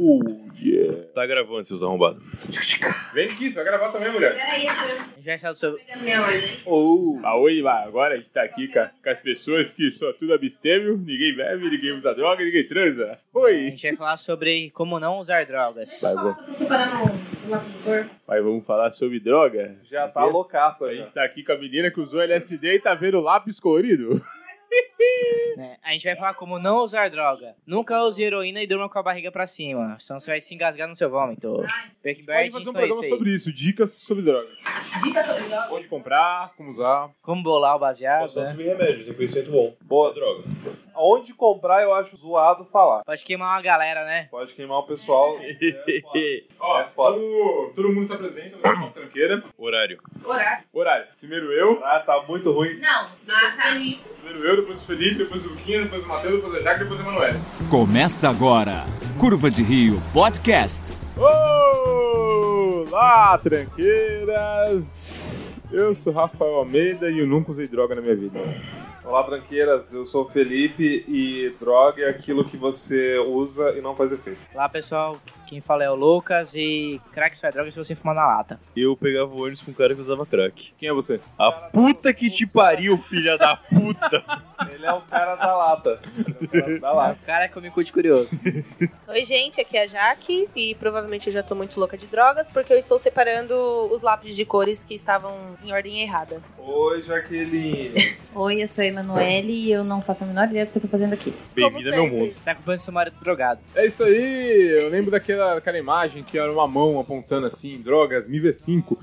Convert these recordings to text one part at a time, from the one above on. Oh, yeah. Tá gravando, seus arrombados. Vem aqui, você vai gravar também, mulher. Peraí, eu A gente vai achar o seu. tô pegando minha ordem. hein? Oh. Ah, oi, lá. Agora a gente tá aqui com, a- com as pessoas que são tudo abstêmio, ninguém bebe, ninguém usa droga, ninguém transa. A Oi. gente vai falar sobre como não usar drogas. Vai, Mas qual que eu tô separando um, o lápis do corpo? Mas vamos falar sobre droga? Já tá loucaço A aí. gente tá aqui com a menina que usou LSD e tá vendo lápis colorido. né? A gente vai falar como não usar droga. Nunca use heroína e durma com a barriga pra cima. Senão você vai se engasgar no seu vômito. Breaking Pode Bad fazer um ensinou isso programa aí. sobre isso, dicas sobre droga. Dica sobre droga. Onde comprar, como usar. Como bolar o baseado. Só né? subir remédio, tem conhecimento bom. Boa. droga. Onde comprar eu acho zoado falar. Pode queimar uma galera, né? Pode queimar o pessoal. Ó, É foda. todo, todo mundo se apresenta, você fala tranqueira. Horário. Horário. Horário. Primeiro eu, Ah, tá muito ruim. Não, depois ah, tá. Felipe. primeiro eu, depois o Felipe, depois o Luquinha, depois o Matheus, depois a Jaque, depois a Manoela. Começa agora, Curva de Rio Podcast. Olá, tranqueiras! Eu sou Rafael Almeida e eu nunca usei droga na minha vida. Olá, tranqueiras. Eu sou o Felipe e droga é aquilo que você usa e não faz efeito. Lá, pessoal, quem fala é o Lucas e crack só é droga se você fumar na lata. Eu pegava o ônibus com um cara que usava crack. Quem é você? A tá puta que te pariu, filha da puta! Ele é o cara da lata. Ele é o cara da lata. O cara que eu me cuide curioso. Oi, gente, aqui é a Jaque e provavelmente eu já tô muito louca de drogas porque eu estou separando os lápis de cores que estavam em ordem errada. Oi, Jaqueline. Oi, eu sou a Emanuele e eu não faço a menor ideia do que eu tô fazendo aqui. Bem-vindo ao meu mundo. Você tá acompanhando seu marido drogado. É isso aí! Eu lembro daquela, daquela imagem que era uma mão apontando assim, drogas, me vê 5.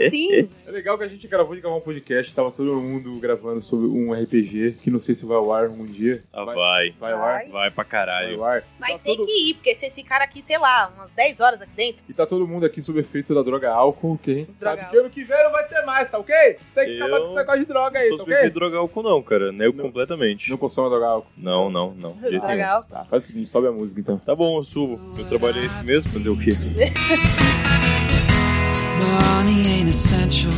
assim? É legal que a gente gravou de gravar um podcast, tava todo mundo gravando sobre um RPG, que não sei se vai ao ar um dia. Ah, vai. Vai ao ar. Vai pra Vai caralho. ao ar. Vai Tá ter todo- que ir, porque se esse cara aqui, sei lá, umas 10 horas aqui dentro. E tá todo mundo aqui sob efeito da droga álcool, que a gente Droga sabe que ano que vem não vai ter mais, tá ok? Tem que Eu- acabar com esse negócio de droga aí, Não tá sou okay? ok? droga álcool não, cara. Nego Não. completamente. Não consome droga álcool. Não, não, não. De jeito nenhum. Droga álcool. Tá, faz o seguinte, sobe a música então. Tá bom, eu subo. Meu trabalho é esse mesmo, fazer o quê? Money ain't essential,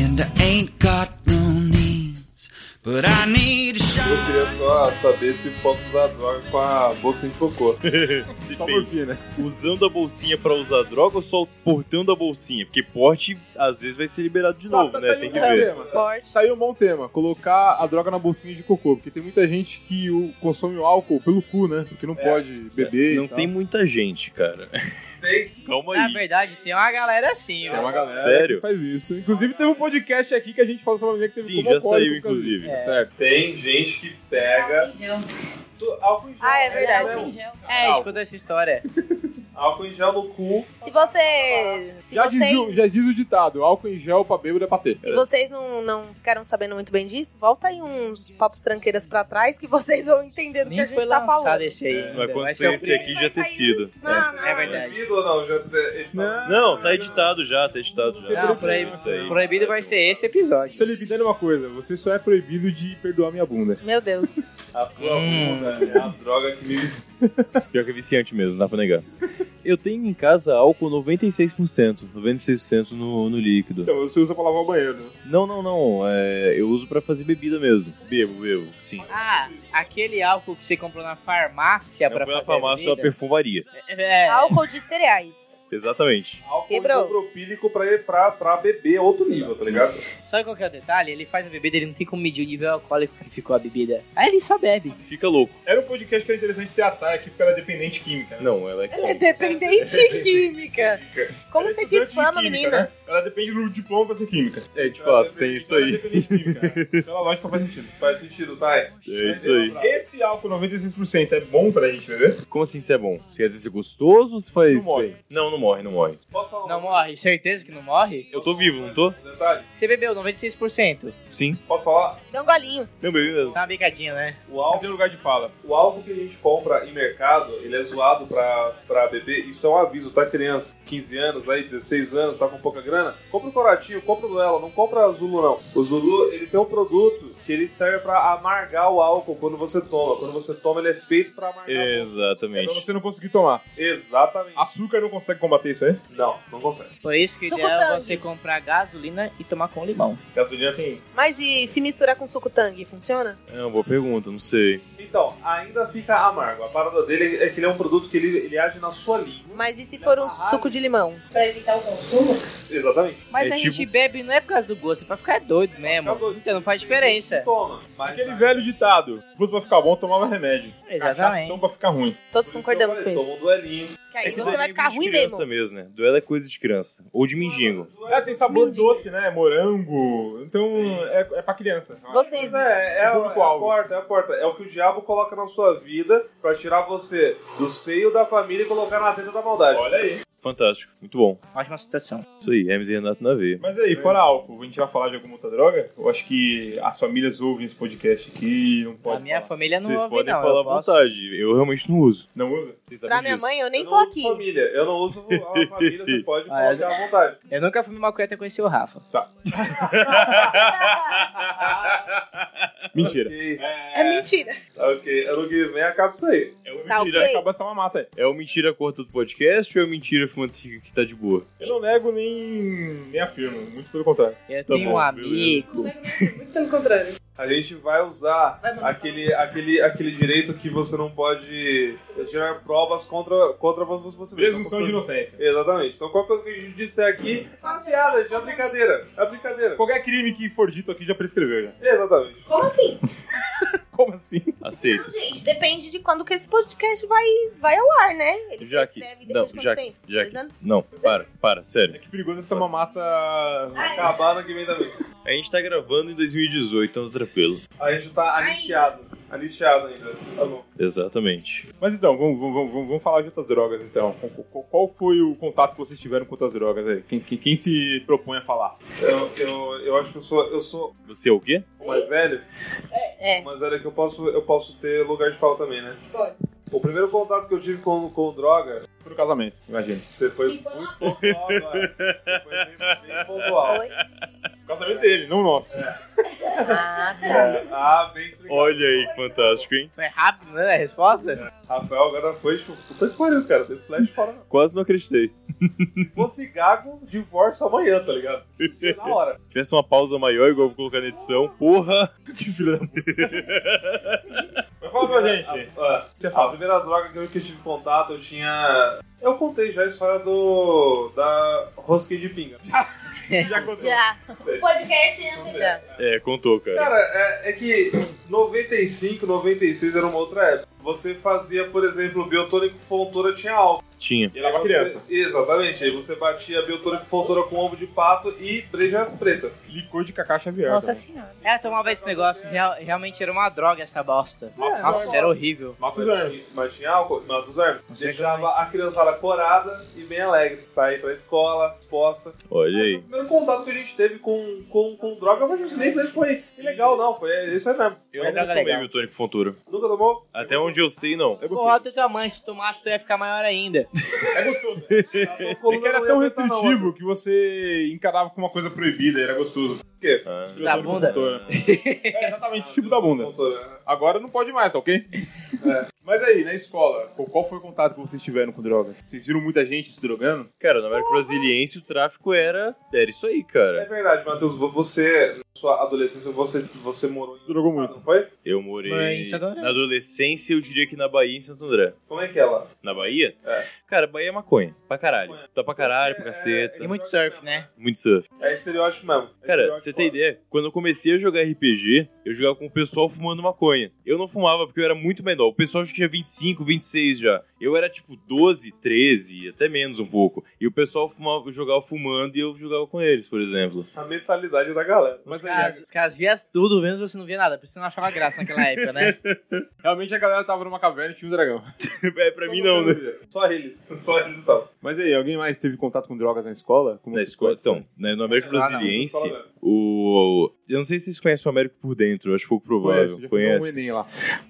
and I ain't got no needs. But I need a shot. Eu queria só saber se posso usar droga com a bolsa de cocô. Só né? Depende. morfina. Usando a bolsinha pra usar droga ou só portando a bolsinha? Porque porte, às vezes, vai ser liberado de novo, né? Tem que Tá, ver. Forte. Saiu um bom tema, colocar a droga na bolsinha de cocô, porque tem muita gente que o- consome o álcool pelo cu, né? Porque não pode beber. É, Não tem muita gente, cara. Tem Calma Na aí. verdade, tem uma galera assim, É uma velho. galera Sério? que faz isso. Inclusive, teve um podcast aqui que a gente falou sobre uma menina que teve Sim, como já alcoólico saiu, por causa inclusive. disso. É. Certo. Tem gente que pega tu- álcool em gel. Ah, é né? verdade. Não, Tem gel. É, a gente contou essa história. Álcool em gel no cu. Se você. Se Já, diz, o- vocês. já diz o ditado: álcool em gel pra bêbado é pra ter. Ah, Se vocês não, não ficaram sabendo muito bem disso, volta aí uns papos tranqueiras pra trás que vocês vão entender do que a Nem foi gente tá falando. lançado esse aí. ainda. Mas quando Vai ser o sair esse aqui, já ter sido. Não, não. É verdade. Proibido ou não? Já, ele tá- Não, tá editado já, tá editado já. Não, proib- Isso aí. proibido vai ser esse episódio. Felipe, entenda uma coisa: você só é proibido de perdoar minha bunda. Meu Deus. A tua Hum. bunda é a droga que me vicia. Pior que é viciante mesmo, dá pra negar. Eu tenho em casa álcool 96%, 96% no, no líquido. Então, você usa pra lavar o banheiro. né? Não, não, não, é, eu uso pra fazer bebida mesmo. Bebo, bebo, sim. Ah, aquele álcool que você comprou na farmácia Não pra foi na fazer farmácia ou na bebida? perfumaria. É, Álcool de cereais. Exatamente. Álcool Quebrou. hidropílico pra, ir pra, pra beber outro nível, tá ligado? sabe qual que é o detalhe? Ele faz a bebida, ele não tem como medir o nível alcoólico que ficou a bebida. Aí ele só bebe. Fica louco. Era um podcast que era interessante ter a Thay aqui porque ela é dependente química. Né? Não, ela é Ela é como? dependente química. Como Ela é você estudante de difama, química, menina? né? Ela depende do diploma pra ser química. É, de fato, tem isso Ela é aí. dependente química. né? Pela lógica faz sentido. Faz sentido, tá? Thay? É isso aí. Esse álcool 96% é bom pra gente beber? Como assim se é bom? Você quer dizer se é gostoso ou se faz Não morre. bem? Não, não morre, não morre. Posso falar Não uma morre, certeza que não morre? Eu tô vivo, não tô? coisa? Detalhe, Você bebeu 96%. Sim. posso né? falar? Dá um golinho. Não bebi mesmo. Tá uma bicadinha, né? O Não álcool, tem lugar de fala. o álcool que a gente compra em mercado, ele é zoado pra, pra beber. Isso é um aviso, tá, criança? 15 anos, aí, 16 anos, tá com pouca grana? grana. Compra o Corotinho, compra o Duelo, não compra o Zulu, não. O Zulu, ele tem um produto que ele serve pra amargar o álcool quando você toma. Quando você toma, ele é feito pra amargar o álcool. É pra Exatamente. você não conseguir tomar. Exatamente. Açúcar não consegue combater isso aí? Não, não consegue. Por isso que o Suco ideal é Tang. você comprar gasolina e tomar com limão. Gasolina tem. Mas e se misturar com suco tangue, funciona? É uma boa pergunta, não sei. Então, ainda fica amargo. A parada dele é que ele é um produto que ele, ele age na sua língua. Mas e se for um suco de limão? Pra evitar o consumo? Exatamente. Mas É a tipo- gente bebe não é por causa do gosto, é pra ficar doido mesmo. ficar doido. Então não faz diferença. Toma. Mas Aquele velho ditado: fruto pra ficar bom, tomava remédio. Cachaça, Exatamente. então pra ficar ruim. Todos concordamos com isso. Toma um duelinho. Que aí É que você vai Então, duelinho ficar de ruim criança mesmo. mesmo, né? Duelo é coisa de criança. Ou de mendigo. É, tem sabor doce, né? Morango. Então é, é pra criança. Vocês. Mas é, é, a- é a Público-alvo. porta, é a porta. É o que o diabo coloca na sua vida pra tirar você do seio da família e colocar na tenda da maldade. Olha aí. Fantástico, muito bom. Ótima citação. Isso aí, Hermes e Renato na veia. Mas aí, fora álcool, a gente vai falar de alguma outra droga? Eu acho que as famílias ouvem esse podcast aqui, não pode. a minha falar. família não Vocês ouve, podem não. falar eu à posso- vontade. Eu realmente não uso. Não usa? Vocês Pra sabem minha disso. mãe, eu nem eu tô não uso aqui. né? família. Eu não uso a família, você pode Ah, é. colocar à vontade. Eu nunca fui maconha até conhecer o Rafa. Mentira. Ok, É mentira. ok. Eu não quis nem acaba isso aí. É o Tá, mentira, ok. Acaba essa mamata aí. é o mentira corta do podcast ou é o mentira fumante que tá de boa? Eu não nego nem, nem afirmo, muito pelo contrário. Eu Tá tenho bom, um amigo. Muito pelo contrário. A gente vai usar Vai mandar aquele, aquele, aquele direito que você não pode gerar provas contra, contra você. você mesmo. Presunção de inocência. Exatamente. Então, qualquer coisa que a gente disser aqui, é uma piada, gente, é uma brincadeira. É uma brincadeira. Qualquer crime que for dito aqui já prescreveu já. Exatamente. Como assim? Como assim? Aceito. Gente, depende de quando que esse podcast vai, vai ao ar, né? Ele Já que- escreve não, depois de já quanto que- tempo? já Dois que- anos? Não, para, para, sério. É Que perigoso essa mamata. Acabar no que vem também. A gente tá gravando em 2018, então tá tranquilo. A gente tá anistiado. Anistiado ainda. Tá bom. Exatamente. Mas então, vamos, vamos, vamos, vamos falar de outras drogas então. Qu- qu- Qual foi o contato que vocês tiveram com outras drogas aí? Quem, quem- quem se propõe a falar? Eu, eu, eu acho que eu sou, eu sou Você é o quê? o mais velho. É, é. O mais velho é que eu posso, eu posso ter lugar de fala também, né? Pode. O primeiro contato que eu tive com, com droga, Pro casamento, imagina. você foi muito pontual agora. Você foi bem, bem pontual. Oi? O casamento dele, não o nosso. Ah, tá. É, ah, bem explicado. Olha aí que fantástico, hein? Foi rápido, né? A resposta? Rafael agora foi, tipo, puta que pariu, cara. Tem flash fora. não. Quase não acreditei. Se fosse gago, divórcio amanhã, tá ligado? Isso é Na hora. Se tivesse uma pausa maior, igual eu vou colocar na edição, porra! que filho da puta. Mas fala pra gente. A, a- Você a fala. primeira droga que eu, que eu tive contato, eu tinha. Eu contei já a história do. da rosquinha de pinga. Já aconteceu. Já. O podcast um anterior. É, contou, cara. Cara, é, é que 95, 96 era uma outra época. Você fazia, por exemplo, biotônico fontura tinha álcool. Tinha. E era você- criança. Exatamente. Aí você batia biotônico fontura com ovo de pato e breja preta. Licor de cacá xavier. Nossa cara. senhora. É, eu tomava esse negócio. Real- realmente era uma droga essa É, bosta. Nossa, Nossa, era horrível. Mata os Mas anos. tinha- Mas tinha álcool, mas os armas. Você Deixava realmente- a criançada corada e bem alegre. Pra ir pra escola, poça. Olha Foi O aí. primeiro contato que a gente teve com, com, com droga, mas a gente nem foi legal, não. Foi isso aí mesmo. Eu nunca Mas droga tomei legal. meu tônico fontura. Nunca tomou? Até onde eu sei, não. É Porra, gostoso. tu tua mãe, se tomasse, tu ia ficar maior ainda. É que era tão restritivo que você encarava com uma coisa proibida, era gostoso. Ah, Da bunda. É exatamente, tipo da bunda. Fontura. Agora não pode mais, tá ok? É. Mas aí, na escola, qual- qual foi o contato que vocês tiveram com drogas? Vocês viram muita gente se drogando? Cara, na América Brasiliense o tráfico era. Era isso aí, É cara. verdade, Matheus. vo- Você, na sua adolescência, você, você morou em. Drogou muito. Não foi? Eu morei. Mas em Santo é. André. na adolescência, eu diria que na Bahia e em Santo André. Como é que é lá? Na Bahia? É. Cara, Bahia é maconha. Pra caralho. Maconha. Tá pra caralho, pra É, caceta. E muito surf, né? Muito surf. É estereótipo mesmo. É Cara, estereótipo você tem ideia? Quando eu comecei a jogar RPG, eu jogava com o pessoal fumando maconha. Eu não fumava porque eu era muito menor. O pessoal acho que tinha 25, 26 já. Eu era tipo 12, 13, até menos um pouco. E o pessoal fumava, jogava fumando e eu jogava com eles, por exemplo. A mentalidade da galera. Os é Mas caras, os caras viam tudo, menos você não via nada. Por isso você não achava graça naquela época, né? Realmente a galera tava numa caverna e tinha um dragão. é, pra mim não, né? Só eles. Só eles estavam. Mas aí, alguém mais teve contato com drogas na escola? Como Na que escola, foi? então, né, no América Ah, não, Brasiliense, escola o, Eu não sei se vocês conhecem o Américo por dentro, acho pouco provável. Conheço, já Conhece? fiz um Enem lá.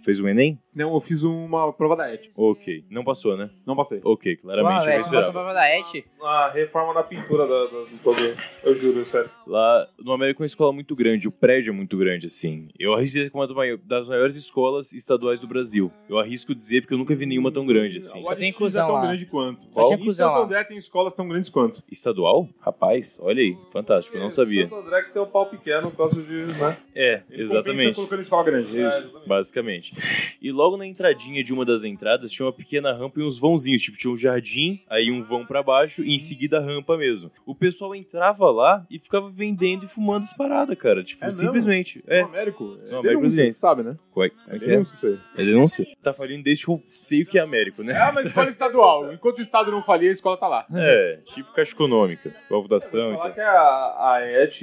Fez um Enem? Não, eu fiz uma prova da ética. Ok. Não passou, né? Não passei. Ok, Ah, claramente. Uau, é, eu velho, esperava. passou pra prova da ET. A reforma na pintura da, da, do poder. Eu juro, sério. Lá no América é uma escola muito grande, o prédio é muito grande, assim. Eu arrisco dizer que é uma das mai- das maiores escolas estaduais do Brasil. Eu arrisco dizer porque eu nunca vi nenhuma tão grande, assim. Só tem ADX cuzão é tão lá. grande quanto. Só tinha Em cuzão lá. Santo André tem escolas tão grandes quanto. Estadual? Rapaz, olha aí, fantástico, eu não sabia. Santo André que tem um pau pequeno por causa de. Né? É, Ele compensa exatamente. tá colocando escola grande. É, Isso. exatamente. Basicamente. E logo na entradinha de uma das entradas tinha uma pequena rampa e uns vãozinhos. Tipo, tinha um jardim, aí um vão pra baixo Uhum. e em seguida a rampa mesmo. O pessoal entrava lá e ficava vendendo e fumando as paradas, cara. Tipo, É mesmo? simplesmente. É, No Américo. É No Américo denúncia, Brasiliense. você sabe, né? qual é, como é que é? Denúncia isso aí. É denúncia? Tá falando desde que eu sei o que é Américo, né? É uma escola estadual. Enquanto o estado não falia, a escola tá lá. É, tipo caixa econômica, valvodação e Falar tal. que a, a ET,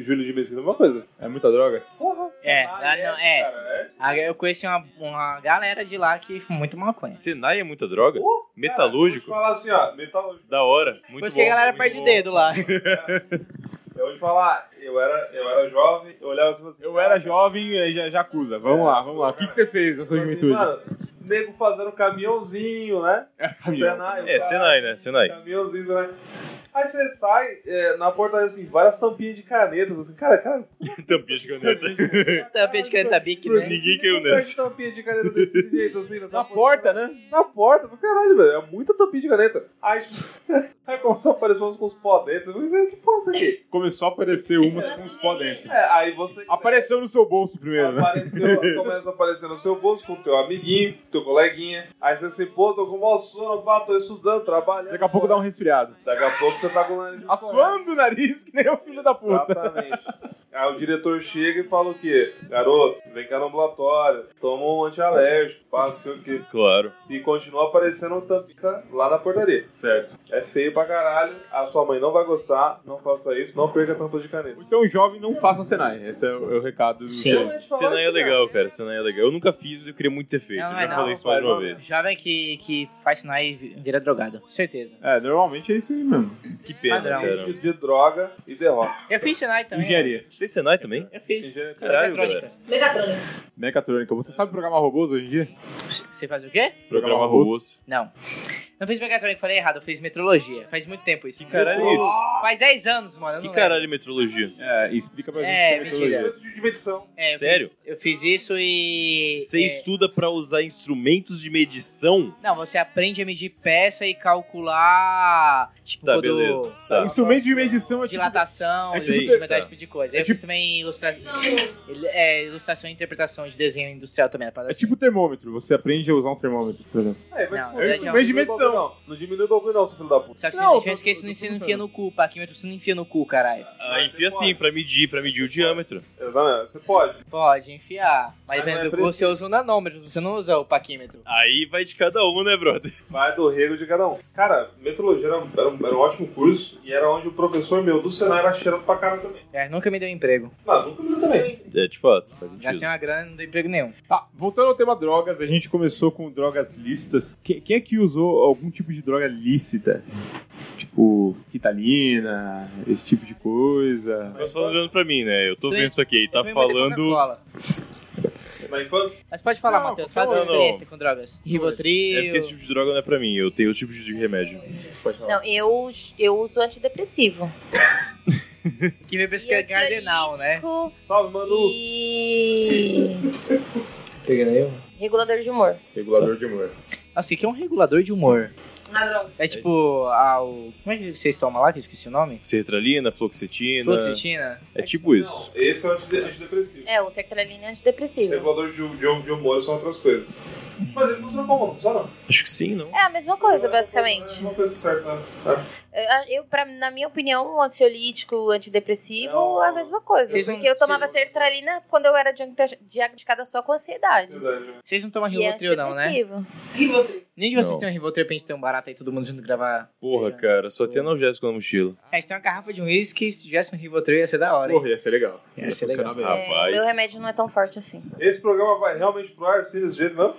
Júlio de Mesquita, é uma coisa. É muita droga. Porra, É, Senai, lá não- ET, é. cara, ET. Ah, Eu conheci uma, uma galera de lá que fuma muito maconha. Senai é muita droga? Uh, Metalúrgico? Falar assim, ó, metalúrgico. Da hora, muito Por isso bom. que a galera muito perde bom. dedo lá. Eu vou te falar, eu era, eu era jovem, eu olhava assim, e falava assim Eu era jovem e já, já acusa. Vamos É. lá, vamos lá. O que, que você fez na sua assim, juventude? Mano, nego fazendo caminhãozinho, né? Senai. É, cara, Senai, né? Senai. Caminhãozinho, né? Aí você sai é, na portaria, assim, várias tampinhas de caneta. eu falo Assim, cara, cara, Tampinha de caneta. Tampinha de caneta Tá bique, Por né? mim. Ninguém caiu consegue nessa. tampinha de caneta desse jeito, assim, nessa Na porta, né? Na porta, eu falei, caralho, velho, é muita tampinha de caneta. Aí, tipo, aí começa a aparecer uns com os pó dentro. Eu falei, velho, que porra é isso aqui? Começou a aparecer umas com os pó dentro. É, aí você. Apareceu no seu bolso primeiro, né? Apareceu, começa a aparecer no seu bolso com teu amiguinho, teu coleguinha. Aí você se pô, tô com mau sono, pá, tô estudando, trabalhando. Daqui a pouco dá um resfriado. Daqui a pouco você tá com o nariz estourado. Assoando o nariz que nem o filho da puta. Exatamente. Aí o diretor chega e fala o quê? Garoto, vem cá no ambulatório, toma um antialérgico, pá, não sei o quê. Claro. E continua aparecendo tampica lá na portaria. Tá Certo. É feio pra caralho, a sua mãe não vai gostar, não faça isso, não perca a tampa de caneta. Então, jovem, não faça Senai. Esse é o, é o recado. do- Sim. Senai é legal, cara. Senai é legal. Eu nunca fiz, mas eu queria muito ter feito. Não, eu é já não, falei isso faz mais uma não, vez. Jovem que, que faz sinais e vi- vira drogado. Certeza. É, normalmente é isso aí mesmo. Que pena, Padrão. cara. De, de droga e derrota. Eu fiz sinais também. Engenharia. Tem Senai também? Eu fiz. Engenharia- Caralho, Mecatrônica. Megatrônica. Mecatrônica. Você sabe programar robôs hoje em dia? C- Você faz o quê? Programa robôs. Não. Não fiz mecatrônica, falei errado. Eu fiz metrologia. Faz muito tempo isso. Que caralho é isso? Faz 10 anos, mano. eu Que não caralho é metrologia? É, explica pra gente. É, como que hoje mentira. Instrumento de medição. lembro. É, eu Sério? fiz- eu fiz isso e... Você é, estuda pra usar instrumentos de medição? Não, você aprende a medir peça e calcular... Tipo, Tá, quando- beleza. Tá. Instrumento de medição é tipo... Dilatação, É é tipo- tipo de É coisa. eu fiz também ilustra- ele- é, ilustração e interpretação de desenho industrial também. É tipo termômetro. Você aprende a usar um termômetro, por exemplo. É, vai Não, se fuder. não, diminui não. o bagulho, não. Não diminui o bagulho, não, seu filho da puta. Só que Não, não, você eu tô- não esquece, eu tô não, você não perguntando. enfia no cu, paquímetro, você não enfia no cu, caralho. Ah, enfia assim, pra medir, pra medir o diâmetro. Exatamente. Você pode. Pode enfiar. Mas Mas não é dentro do cu preciso. você usa o nanômetro, você não usa o paquímetro. Aí vai de cada um, né, brother? Vai do rego de cada um. Cara, metrologia era um, era um- era um ótimo curso e era onde o professor meu do Senai era cheirando pra caramba também. É, nunca me deu emprego. Mas nunca viu também. É, de fato, faz Gastei sentido. uma grana e não deu emprego nenhum. Tá, voltando ao tema drogas, a gente começou com drogas lícitas. Que- quem é que usou algum tipo de droga lícita? Tipo, quitalina, esse tipo de coisa. Eu só olhando Tá pra mim, né? Eu tô Sim. vendo isso aqui, ele tá Eu tomei muita falando. Coca-Cola. Na infância, Mas pode falar, Não, Matheus, Coca-Cola faz a sua não. experiência com drogas. É porque esse Rivotril. tipo de droga não é pra mim, eu tenho outro tipo de remédio. Não, eu, eu uso antidepressivo. que vem pra esse cardenal, né? ansiolítico salve, Manu. E. Pegando aí, regulador de humor. Regulador de humor. Nossa, o que é um regulador de humor? Ladrão. É tipo, ah, o. Como é que vocês tomam lá? Que eu esqueci o nome? Sertralina, fluoxetina. Fluoxetina? É tipo isso. Esse é o antide- antidepressivo. É, o sertralina é antidepressivo. Regulador de, de, de humor são outras coisas. Mas ele funciona como? Funciona? Acho que sim, não. É a mesma coisa, basicamente. É uma coisa certa. né? É, Eu, pra, na minha opinião, o ansiolítico, o antidepressivo Não. é a mesma coisa. Vocês não- Porque eu tomava vocês- sertralina quando eu era diagnos- diagnosticada só com É ansiedade. verdade. Vocês não tomam E é Rivotril, não, né? antidepressivo. Nem de vocês Não. tem um Rivotril pra gente ter um barato aí todo mundo junto gravar. Porra, cara, só tem analgésico na mochila. É, se tem uma garrafa de uísque, se tivesse um Rivotril ia ser da hora, hein? Porra, ia ser legal. Ia ser funcionar legal. bem. É, Rapaz. meu remédio não é tão forte assim. Esse programa vai realmente pro ar, sim, desse jeito mesmo?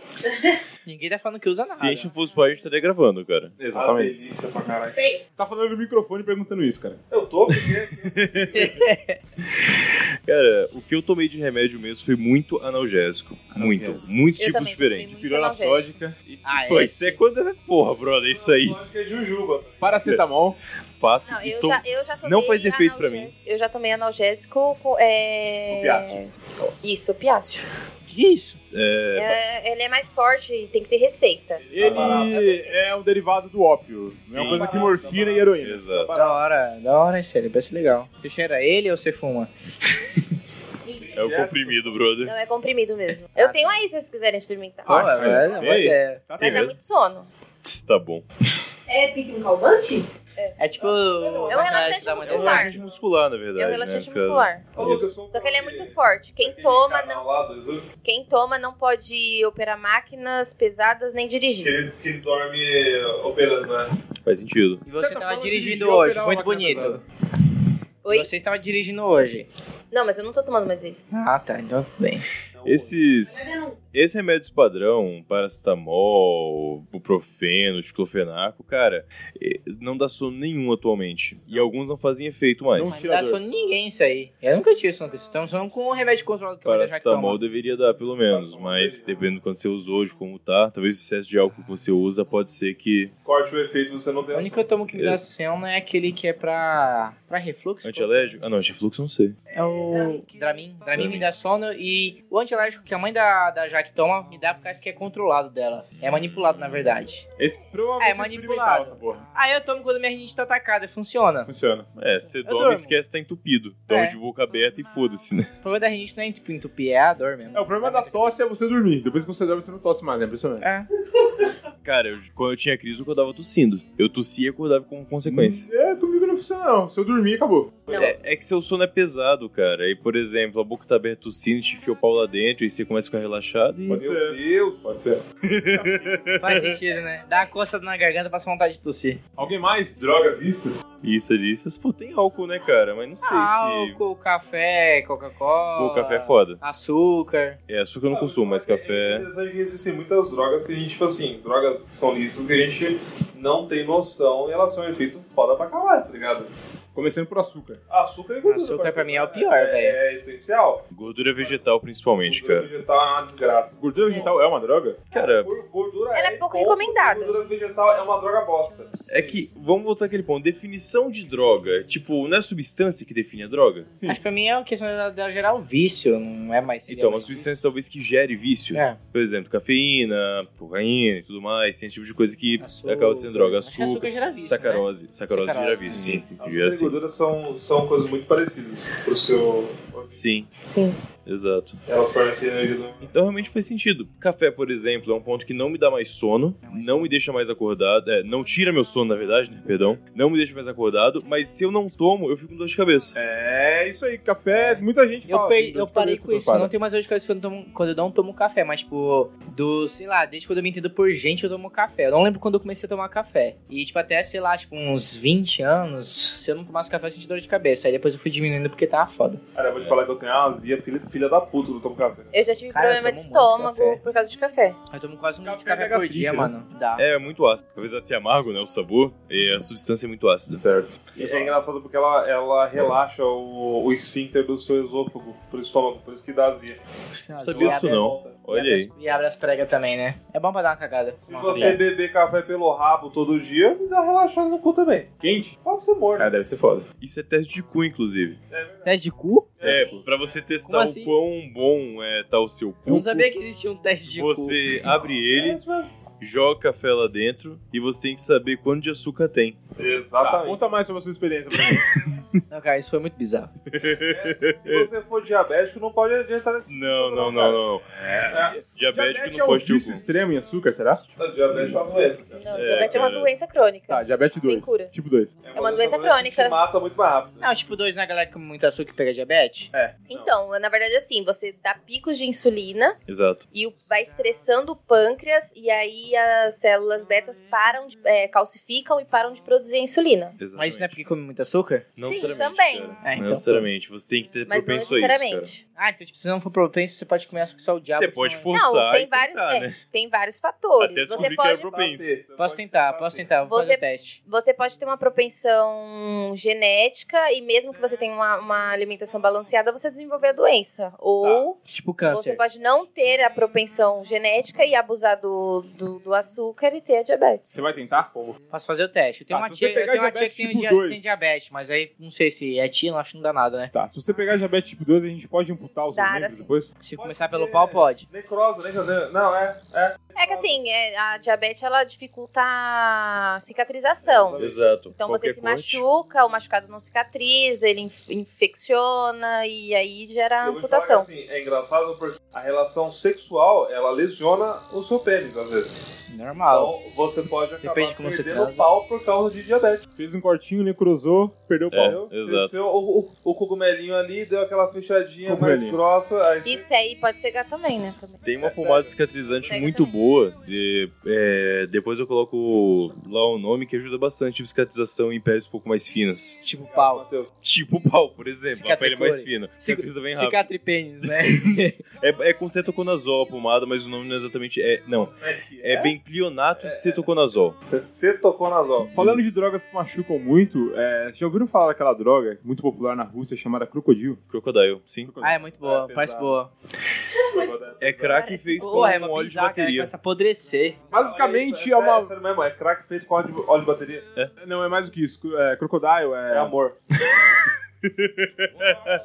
Ninguém tá falando que usa nada. Se a gente não fosse pro ar, a gente estaria gravando, cara. É. Ah, Exatamente. delícia pra caralho. Você tá falando no microfone perguntando isso, cara. Eu tô, porque... Cara, o que eu tomei de remédio mesmo foi muito analgésico. Muito. Analgésico. Muitos Eu tipos também tomei diferentes. muito Pirona analgésico. sódica, Ah, é? Pô, isso é quando. Porra, brother, isso aí. Eu acho que é jujuba. paracetamol. Faço. Não, eu, estou... já, eu já tomei não faz efeito pra mim. analgésico- Eu já tomei analgésico com. É... Isso, piácio. Que isso? É, ele é mais forte e tem que ter receita. Ele é um derivado do ópio. é Tá Sim, uma coisa que sim, morfina sim. e heroína. Exato. Da hora, da hora esse ele, parece legal. Você cheira ele ou você fuma? É o comprimido, brother. Não é comprimido mesmo. Eu tenho aí se vocês quiserem Ah, experimentar. Pô, é, é, uma boa Ei. ideia. Mas é dá muito sono. Tss, Tá bom. É um pique calmante? É tipo. É um relaxante É um Muscular. relaxante muscular, na verdade. É um né, relaxante nesse caso. muscular. Ô, Lucas, como Só que ele é muito aquele- forte. Quem aquele toma, canal não, lá do YouTube, quem toma não pode operar máquinas pesadas nem que, dirigir. ele, que ele dorme operando, né? Faz sentido. E você tá tava falando de dirigindo dirigir ou hoje, operar muito uma máquina bonito. Oi? Você estava dirigindo hoje. Não, mas eu não tô tomando mais ele. Ah, tá, então tudo bem. Esses, esses remédios padrão, paracetamol, ibuprofeno, diclofenaco, cara, eh, não dá sono nenhum atualmente. E alguns não fazem efeito mais. Um Mas não dá tirador. sono em ninguém isso aí. Eu nunca tive sono com isso. Estamos só com um remédio controlado que eu já que Paracetamol toma. deveria dar, pelo menos, mas dependendo do quanto você usou hoje, como tá, talvez o excesso de álcool que você usa pode ser que Corte o efeito, você não tem. O único que eu tomo que me dá sono é aquele que é pra. pra refluxo. antialérgico. Ah, não, antifluxo não sei. É o Dramin. Dramin me dá sono e o antialérgico que a mãe da, da Jaque toma me dá por causa que é controlado dela. É manipulado, na verdade. Esse provavelmente É, manipulado. experimentava essa porra. Aí eu tomo quando minha rinite tá atacada, funciona. Funciona. É, você dorme durmo. e esquece que tá entupido. Dorme É. de boca aberta e foda-se, né? O problema da rinite não é tipo entupir, é a dor mesmo. É, o problema da tosse é você dormir. Depois que você dorme, você não tosse mais, né? Impressionante. É. Cara, eu- quando eu tinha crise, eu acordava tossindo. Eu tossia e acordava com consequência. É, comigo não funciona, não. Se eu dormir, acabou. É, é que seu sono é pesado, cara. E, por exemplo, a boca tá aberta tossindo, te enfia o pau lá dentro e você começa a ficar relaxado e... Pode Meu ser. Deus. Pode ser. Faz sentido, né? Dá a coça na garganta, passa vontade de tossir. Alguém mais? Drogas listas? Isso ali, essas... Pô, tem álcool, né, cara? Mas não sei se... Álcool, café, Coca-Cola. Pô, café é foda. Açúcar. É, açúcar eu não consumo, mas É café... interessante que existem muitas drogas que a gente, tipo assim, drogas que são listas que a gente não tem noção e elas são um efeito foda pra caralho, tá ligado? Começando por açúcar. Açúcar e gordura. Açúcar parceiro. pra mim é o pior, velho. É essencial. Gordura vegetal, principalmente, Gordura cara. vegetal é uma desgraça. Gordura vegetal é uma droga? Cara, Gor- Gordura Ela é é pouco bom, recomendada. Gordura vegetal é uma droga bosta. é que... Vamos voltar àquele ponto. Definição de droga. Tipo, não é a substância que define a droga? Sim. Acho que pra mim é uma questão dela dela gerar um vício, não é mais... Então, uma substância talvez que gere vício. É, Por exemplo, cafeína, cocaína e tudo mais. Tem esse tipo de coisa que açúcar. acaba sendo droga. Acho que é açúcar Açúcar, gera vício, né? sacarose. Sacarose gera Sacarose, vício, né? sim. sim, sim, Açúcar gera e sim. gordura são, são coisas muito parecidas pro seu... Sim. Sim. Exato. Elas fornecem energia do... Então realmente faz sentido. Café, por exemplo, é um ponto que não me dá mais sono, não me deixa mais acordado, é, não tira meu sono, na verdade, né? Perdão. Não me deixa mais acordado, mas se eu não tomo, eu fico com dor de cabeça. É isso aí, café. Muita Tipo, gente Eu, fala. per- tem dor eu de parei cabeça com quando isso, para. não tem mais dor de cabeça quando eu, tomo- quando eu não tomo café, mas tipo, do, sei lá, desde quando eu me entendo por gente, eu tomo café. Eu não lembro quando eu comecei a tomar café. E tipo, até, sei lá, tipo, uns 20 anos, se eu não tomasse café, eu sentia dor de cabeça. Aí depois eu fui diminuindo porque tava foda. Cara, eu vou te falar que eu tenho uma azia filha, filha da puta do tomo café. Eu já tive Cara, eu problema de tomo muito estômago café. por causa de café. Eu tomo quase um litro de Café café dá por dia, gastrite, né? mano. Dá. É, é muito ácido. Apesar de ser amargo, né? O sabor, e a substância é muito ácida. Certo. E é engraçado porque ela, ela relaxa o, o esfíncter do seu esôfago, pro estômago, por isso que dá azia. Não sabia disso, não. e Olha abre aí. as- E abre as pregas também, né? É bom pra dar uma cagada. Se você beber café pelo rabo todo dia, dá relaxado no cu também. Quente? Pode ser morno. Ah, deve ser foda. Isso é teste de cu, inclusive. Teste de cu? É, pra você testar Como assim? o quão bom é, tá o seu Eu cu. não sabia que existia um teste de cu. Você abre É ele, isso mesmo. joga café lá dentro e você tem que saber quanto de açúcar tem. Tá, Exatamente. conta mais sobre a sua experiência pra mim. Não, cara, isso foi muito bizarro. Se você for diabético, não pode adiantar nesse Não, não, não, não. É. Diabético Diabetes não é um pode ter o vício cu. extremo em açúcar, será? Tá, Diabetes é uma doença. cara. Não, diabetes é, uma cara. doença crônica. Tá, diabetes Sem 2. cura. Tipo 2. É uma doença crônica. Que mata muito mais rápido. Não, tipo dois, né, galera que come muito açúcar e pega diabetes? Então, na verdade, assim, você dá picos de insulina Exato. e o- vai estressando o pâncreas e aí as células betas param de, é, calcificam e param de produzir a insulina. Exatamente. Mas isso não é porque come muito açúcar? Não Sim, necessariamente. também. cara. É, Não então. necessariamente. Você tem que ter Mas não propenso a isso. Cara. necessariamente. Ah, então tipo, se não for propenso, você pode comer só o diabo. Você que pode não- forçar. não, tem e vários, tentar, é, né? tem vários fatores. Até Você descobrir que é pode era propenso. Posso tentar, posso tentar, vou Você- fazer o teste. Você pode ter uma propensão genética e mesmo que você tenha uma, uma alimentação balanceada, você desenvolver a doença. Ou Tipo Tá. você câncer. pode não ter a propensão genética e abusar do, do, do açúcar e ter a diabetes. Você vai tentar? Posso fazer o teste. Eu tenho Tá, uma se você tia, eu pegar tenho uma tia diabetes que tem, o tipo dia- dois. tem diabetes, mas aí não sei se é tia, não acho que não dá nada, né? Tá, se você pegar diabetes tipo 2, a gente pode amputar os seus Dá, membros dá sim. depois? Se Pode começar ser. pelo pau, pode. Necrosa, né? cadê? Não, é. é. É que assim, é, a diabetes ela dificulta a cicatrização. Exato. Então você Qualquer corte. se machuca, o machucado não cicatriza, ele inf- infecciona e aí gera Eu vou te falar que, amputação. assim, é engraçado porque a relação sexual, ela lesiona o seu pênis, às vezes. Normal. Então você pode acabar Depende de como você perdendo o transa. pau por causa de diabetes. Fez um cortinho, necrosou, perdeu o É, pau. exato. Cresceu o, o- o cogumelinho ali, deu aquela fechadinha mais Cogumelinho. grossa. assim. Aí Isso aí pode cegar também, né? Também. Tem É uma sério. pomada cicatrizante Pega muito também. boa. e, é, depois eu coloco lá o nome que ajuda bastante a cicatrização em peles um pouco mais finas. Tipo pau. Matheus. Tipo o pau, por exemplo. A pele Cicatricore. mais fina. Cic- Cicatriza bem rápido. Cicatripênis, né? É, é com cetoconazol a pomada, mas o nome não é exatamente. É, não, é benplionato de cetoconazol. Você tocou nas obras. Falando de drogas que machucam muito, é, já ouviram falar daquela droga muito popular na Rússia chamada crocodilo? Crocodile, sim. Ah, é muito boa, parece boa. É crack feito com um Porra, é uma óleo de bizarra, cara, bateria. começa a apodrecer. Basicamente é sério, uma. sério mesmo, é crack feito com óleo de- óleo de bateria. Não, é mais do que isso. É, crocodile é. É amor.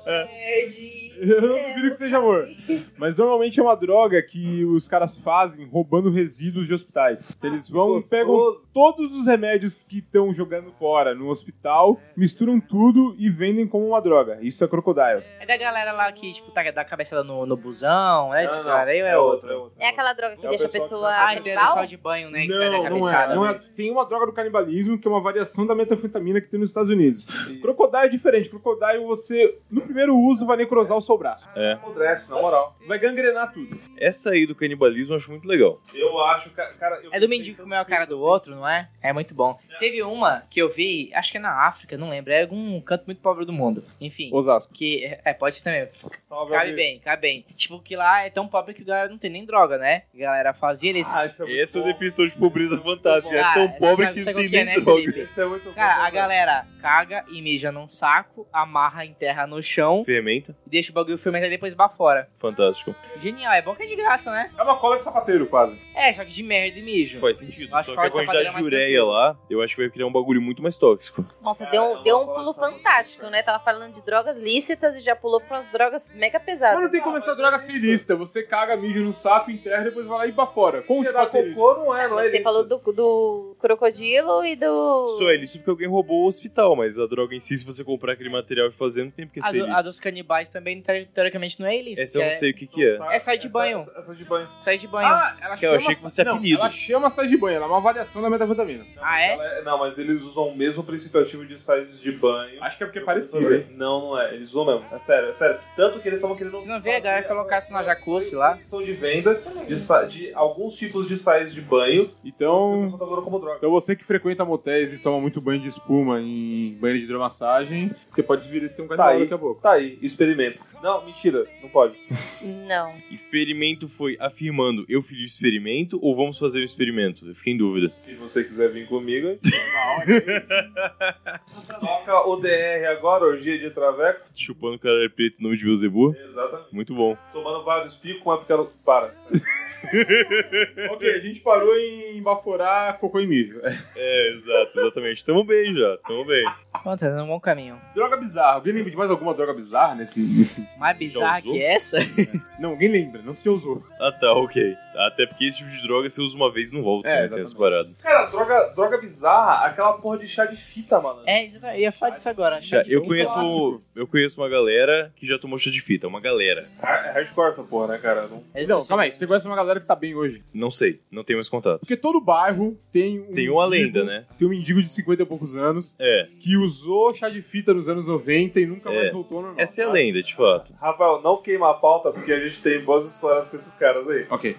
Nerd. Eu não duvido que seja amor. Mas normalmente é uma droga que os caras fazem roubando resíduos de hospitais. Eles vão e Gostoso. pegam todos os remédios que estão jogando fora no hospital, misturam tudo e vendem como uma droga. Isso é crocodile. É da galera lá que, tipo, tá, dá a cabeçada no, no busão, é esse Não, não, cara aí ou é outro? outro, É aquela droga que Não é a deixa a pessoa que pessoa tá- Ah, esse é do canibal? sal de banho, né? que tá Não, na não cabeçada, é. Não é. né? Tem uma droga do canibalismo que é uma variação da metanfetamina que tem nos Estados Unidos. Crocodile é diferente. Crocodile você, no primeiro uso, vai necrosar o seu braço. Não apodrece, na moral. Vai gangrenar tudo. Essa aí do canibalismo eu acho muito legal. Eu acho, ca- cara. eu É do pensei mendigo que em comeu a tantos cara do filmes outro, não é? É muito bom. Teve uma que eu vi, acho que é na África, não lembro. É algum canto muito pobre do mundo. Enfim. Osasco. Que, é, pode ser também. assim. Salve Cabe ao bem, cabe bem. Tipo, que lá é tão pobre que o galera não tem nem droga, né? A galera fazia eles. Ah, isso é muito Essa é bom. uma definição de pobreza fantástica. É Ah, tão pobre sabe- que sabe não qual tem que é, nem né, droga. Felipe? Isso é muito bom. Cara, a galera caga e mija num saco, amarra em terra no chão, Fermenta? e deixa o bagulho fermentar e depois bafora. Fantástico. Genial, é bom que é de graça, né? É uma cola de sapateiro, quase. É, só que de merda e mijo. Faz sentido. Acho Só que que a a sapateira é quantidade de mais ureia lá, eu acho que vai criar um bagulho muito mais tóxico. Nossa, Cara, deu, é um- uma deu um colação pulo fantástico, né? Tava falando de drogas lícitas e já pulou pra umas drogas mega pesadas. Mas não tem como essa droga ser lista. Você caga, mija no saco, enterra, depois vai lá e pra fora. Como que Cheirar pode ser lista? Um cocô não é, não é Você isso. falou do, do crocodilo e do. Só é isso porque alguém roubou o hospital, mas a droga em si, se você comprar aquele material e fazer, não tem porque A, ser do- a isso. dos canibais também, te- teoricamente, não é ilícito. Essa eu não que é- sei o que que é. É sair de Essa- banho. Essa, essa de banho. Sai de banho. Ah, ela Que eu achei que fosse não, apelido. Ela chama sais de banho, ela é uma variação da metafetamina. Ah, é? Ela Não, mas eles usam o mesmo princípio ativo de sais de banho. Acho que é porque é Eu parecido. vou hein? saber. Não, não é. Eles usam mesmo. É sério, é sério. Tanto que eles estavam querendo. Se não vê, a galera fazer colocasse essa- na jacuzzi lá. proibição de venda de, sa- de alguns tipos de sais de banho. Então, Então, como droga. Então você que frequenta motéis e toma muito banho de espuma em banho de hidromassagem, você pode envelhecer um canibal aí. daqui a pouco. Tá aí, experimenta. Não, mentira, não pode. Não. Experimento foi afirmando, eu fiz o experimento ou vamos fazer o experimento? Eu fiquei em dúvida. Se você quiser vir comigo, toca o DR agora, orgia de traveco. Chupando o cara preto no nome de Beelzebub. Exatamente. Muito bom. Tomando vários picos, mas porque ela para. ok, a gente parou em baforar cocô e mijo. É, exato, exatamente. Tamo bem já, tamo bem. Então tá dando um bom caminho. droga bizarra. Alguém lembra de mais alguma droga bizarra nesse... nesse- Mais Você já bizarra usou? que essa? Não, alguém lembra, não se usou. Ah tá, ok. Até porque esse tipo de droga você usa uma vez e não volta, É, né? Tem essa exatamente. parada. Cara, droga, droga bizarra, aquela porra de chá de fita, mano. É, exatamente, eu ia falar disso É agora. Já, eu, Um conheço, clássico. eu conheço uma galera que já tomou chá de fita, uma galera. Hard- É hardcore essa porra, né, cara? Não- clássico. não, calma aí, você conhece uma galera que tá bem hoje. Não sei, não tenho mais contato. Porque todo bairro tem um... Tem uma mendigo- lenda, né? Tem um mendigo de 50 e poucos anos É, que usou chá de fita nos anos 90 e nunca É. mais voltou ao normal. essa é a lenda, de fato. Rafael, não queima a pauta, porque a gente tem boas histórias com esses caras aí. Ok.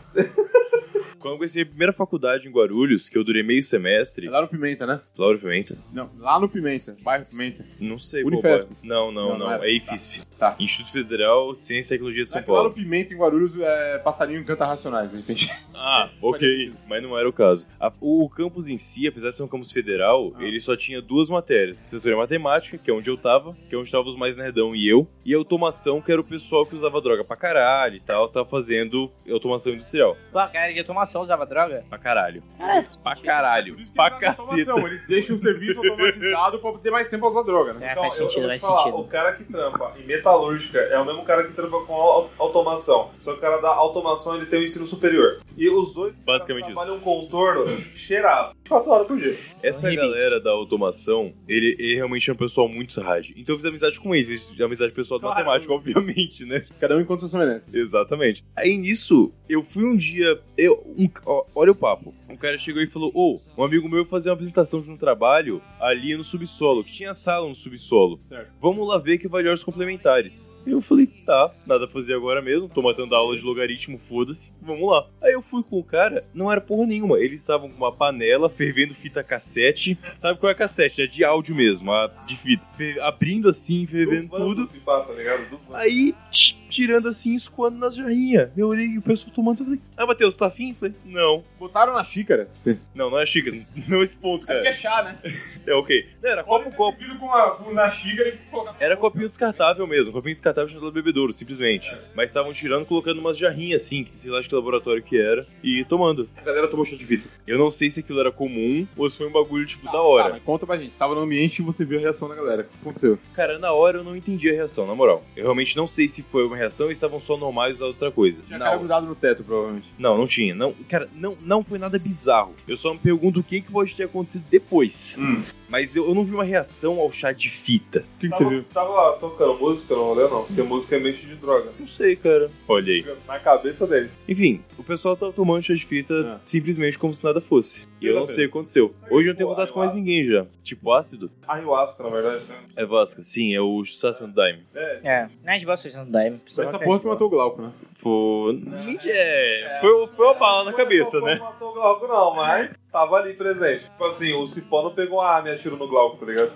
Quando eu comecei a primeira faculdade em Guarulhos, que eu durei meio semestre, Lá no Pimenta, né? Lauro Pimenta, Não, lá no Pimenta, bairro Pimenta. não sei, Unifesp. boba. Não, não, Não, não, não é. é IFISP. Tá. Instituto Federal de Ciência e Tecnologia de São É que Lá Paulo. no Pimenta, em Guarulhos, é, passarinho canta racionais, entende? Ah, É, Pode ok. ser. Mas não era o caso. A- o campus em si, apesar de ser um campus federal, Ah. ele só tinha duas matérias. Setor matemática, que é onde eu tava, que é onde tava os mais nerdão e eu, e automação, que era o pessoal que usava droga pra caralho e tal, tava fazendo automação industrial. Pô, a galera de automação usava droga? Pra caralho. Cara, Pra caralho. Pra caceta. Então, assim, Eles deixam o serviço automatizado pra ter mais tempo pra usar droga, né? É, faz Então, eu- eu sentido, vou faz te falar, sentido. O cara que trampa em metalúrgica é o mesmo cara que trampa com au- automação. Só que o cara da automação ele tem o ensino superior. E os dois Basicamente isso. trabalham um contorno cheirado 24 horas por dia. Essa Horrível. galera da automação, ele, ele realmente é um pessoal muito rádio. Então eu fiz amizade com eles, fiz amizade pessoal da Claro. matemática, obviamente, né? Cada um encontra sua semelhança. Exatamente. Aí nisso, eu fui um dia. Eu, um, ó, olha o papo. Um cara chegou e falou: Ô, um amigo meu fazia uma apresentação de um trabalho ali no subsolo, que tinha sala no subsolo. Certo. Vamos lá ver que vale horas complementares. Aí eu falei: tá, nada a fazer agora mesmo, tô matando a aula de logaritmo, foda-se, vamos lá. Aí eu fui com o cara, não era porra nenhuma. Eles estavam com uma panela fervendo fita cassete. Sabe qual é a cassete? É de áudio mesmo, a de fita. Fe- Abrindo assim, fervendo Do bando, tudo. Se pá, tá ligado? Do bando. Aí, tch, tirando assim, escoando nas jarrinhas. Eu olhei e o pessoal tomando. Eu falei, ah, Matheus, tá afim? Eu Falei, não. Botaram na xícara. Não, não é xícara. Não esse ponto, cara. chá, né? É ok. Não, era copo, copo. Vindo com a, com- na xícara e colocar... Era copinho descartável mesmo. Copinho descartável chamado bebedouro, simplesmente. É. Mas estavam tirando, colocando umas jarrinhas assim, que sei lá de que laboratório que era, e tomando. A galera tomou chá de vidro. Eu não sei se aquilo era comum ou se foi um bagulho, tipo, da hora. mas conta pra gente. Tava no ambiente e você viu a reação da galera. O que aconteceu? Cara, na hora eu não entendi a reação, na moral. Eu realmente não sei se foi uma reação e estavam só normais ou outra coisa. Tinha Na cara hora. grudado no teto, provavelmente. Não, não tinha. Não, cara, não, não foi nada bizarro. Eu só me pergunto o que, que pode ter acontecido depois. Hum. Mas eu, eu não vi uma reação ao chá de fita. O que, que Tava, você viu? tava lá tocando música, não olhou não, porque música é mente de droga. Não sei, cara. Olha aí. Na cabeça deles. Enfim, o pessoal tava tomando chá de fita Ah. simplesmente como se nada fosse. E É. eu não sei o que aconteceu. Hoje eu não tenho contato com mais ninguém já. Tipo ácido? Ayahuasca, na verdade. né? É Vasca, sim, é o Sassen Dime. É. É, não é de vocês não dá. Foi essa porra que matou o Glauco, né? Foi. É, foi, foi uma bala na Não cabeça, foi- né? Não matou o Glauco, não, mas tava ali presente. Tipo assim, o Cipó não pegou a arma e atirou no Glauco, tá ligado?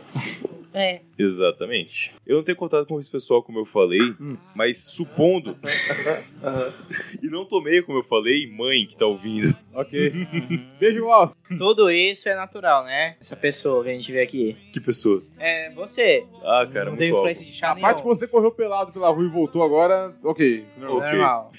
É. Exatamente. Eu não tenho contato com esse pessoal, como eu falei, Hum. mas supondo. E não tomei, como eu falei, mãe que tá ouvindo. Ok. Uhum. Beijo, Glauco. Hum. Tudo isso é natural, né? Essa pessoa que a gente vê aqui. Que pessoa. É, você. Ah, cara, não muito teve alto. influência de chá A parte que nenhum. tipo, você correu pelado pela rua e voltou agora, ok. Não. você- Normal.